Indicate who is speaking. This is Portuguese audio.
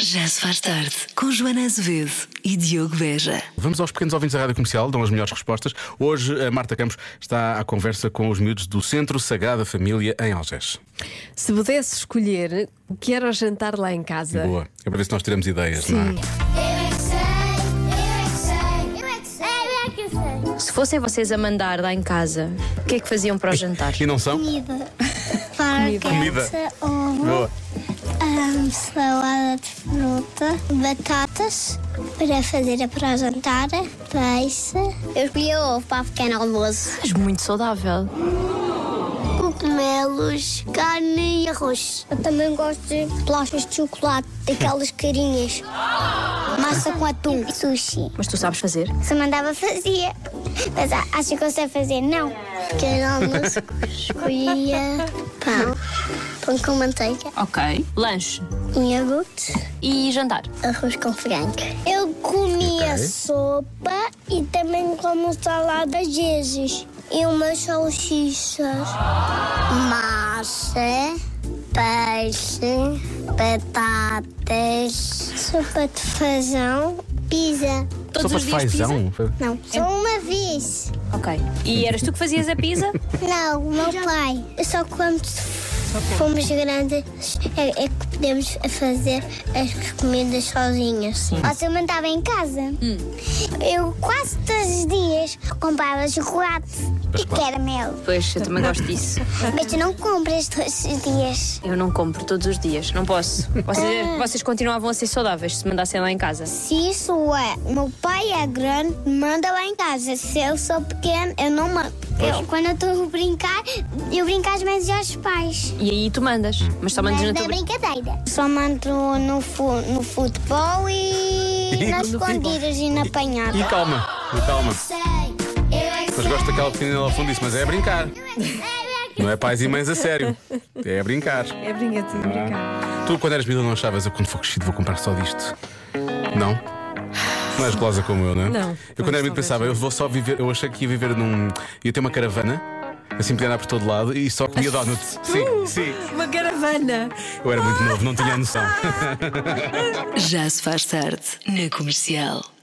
Speaker 1: Já se faz tarde com Joana Azevedo e Diogo Veja.
Speaker 2: Vamos aos pequenos ouvintes da Rádio Comercial, dão as melhores respostas. Hoje a Marta Campos está à conversa com os miúdos do Centro Sagrada Família em Algés.
Speaker 3: Se pudesse escolher, o que era o jantar lá em casa?
Speaker 2: Boa. É para ver se nós tiramos ideias, não
Speaker 3: Sim.
Speaker 2: é?
Speaker 4: Eu é que sei, eu é que sei, eu é que sei.
Speaker 5: Se fossem vocês a mandar lá em casa, o que é que faziam para o jantar?
Speaker 2: E não são?
Speaker 4: Comida. Farquete,
Speaker 2: Comida.
Speaker 4: ovo,
Speaker 2: Boa.
Speaker 4: ahm, salada de fruta, batatas para fazer a para jantar, peixe. Eu escolhi ovo para pequeno almoço.
Speaker 5: Mas muito saudável.
Speaker 4: Cogumelos, carne e arroz. Eu também gosto de bolachas de chocolate, daquelas carinhas. Massa com atum. Sushi.
Speaker 5: Mas tu sabes fazer?
Speaker 4: Se mandava, fazia. Mas a- acho que eu sei fazer, não. Que era almoço, escolhia pão, pão com manteiga,
Speaker 5: Ok. Lanche
Speaker 4: iogurte,
Speaker 5: e jantar.
Speaker 4: arroz com frango. Eu comia
Speaker 2: Ok.
Speaker 4: sopa e também como salada às vezes. E umas salsichas. Massa, peixe, batatas, sopa de feijão, pizza.
Speaker 5: Todos
Speaker 2: Sopa
Speaker 5: os
Speaker 2: de
Speaker 5: dias pizza?
Speaker 2: fazão?
Speaker 4: Não, só uma vez.
Speaker 5: Ok. E eras tu que fazias a pizza?
Speaker 4: Não, o meu pai. Só quando fomos grandes é, é que podemos fazer as comidas sozinhas. Você mandava em casa. Eu quase todos os dias comprava chocolate e caramelo.
Speaker 5: pois, eu também gosto disso.
Speaker 4: Mas tu não compras todos os dias.
Speaker 5: Eu não compro todos os dias, não posso. Vocês, vocês continuavam a ser saudáveis se mandassem lá em casa.
Speaker 4: Se isso é, o meu pai é grande, manda lá em casa. Se eu sou pequeno, eu não mando. Eu, quando eu estou a brincar, eu brinco às vezes aos pais.
Speaker 5: E aí tu mandas, mas é só mandas na
Speaker 4: Mas da
Speaker 5: tua brin-
Speaker 4: brincadeira. Só mando no, fu- no futebol e,
Speaker 2: E
Speaker 4: nas
Speaker 2: no futebol.
Speaker 4: escondidas e na
Speaker 2: E
Speaker 4: apanhada.
Speaker 2: calma, e calma.
Speaker 4: Sei, eu é que
Speaker 2: Mas gosto daquela pequenina lá ao fundo disse, mas é a brincar. Não é pais e mães a sério. É a brincar.
Speaker 3: É brincadeira. brincar.
Speaker 2: Tu, quando eras miúdo, não achavas eu, quando for crescido, vou comprar só disto? Não? Não és golosa como eu, não é?
Speaker 3: Não.
Speaker 2: Eu, quando
Speaker 3: Talvez,
Speaker 2: era miúdo,
Speaker 3: talvez.
Speaker 2: pensava, eu vou só viver, eu achei que ia viver num. ia ter uma caravana, assim, pequena por todo lado e só comia donuts. Sim, sim.
Speaker 3: Uma caravana.
Speaker 2: Eu era muito novo, não tinha noção.
Speaker 1: Já se faz tarde na comercial.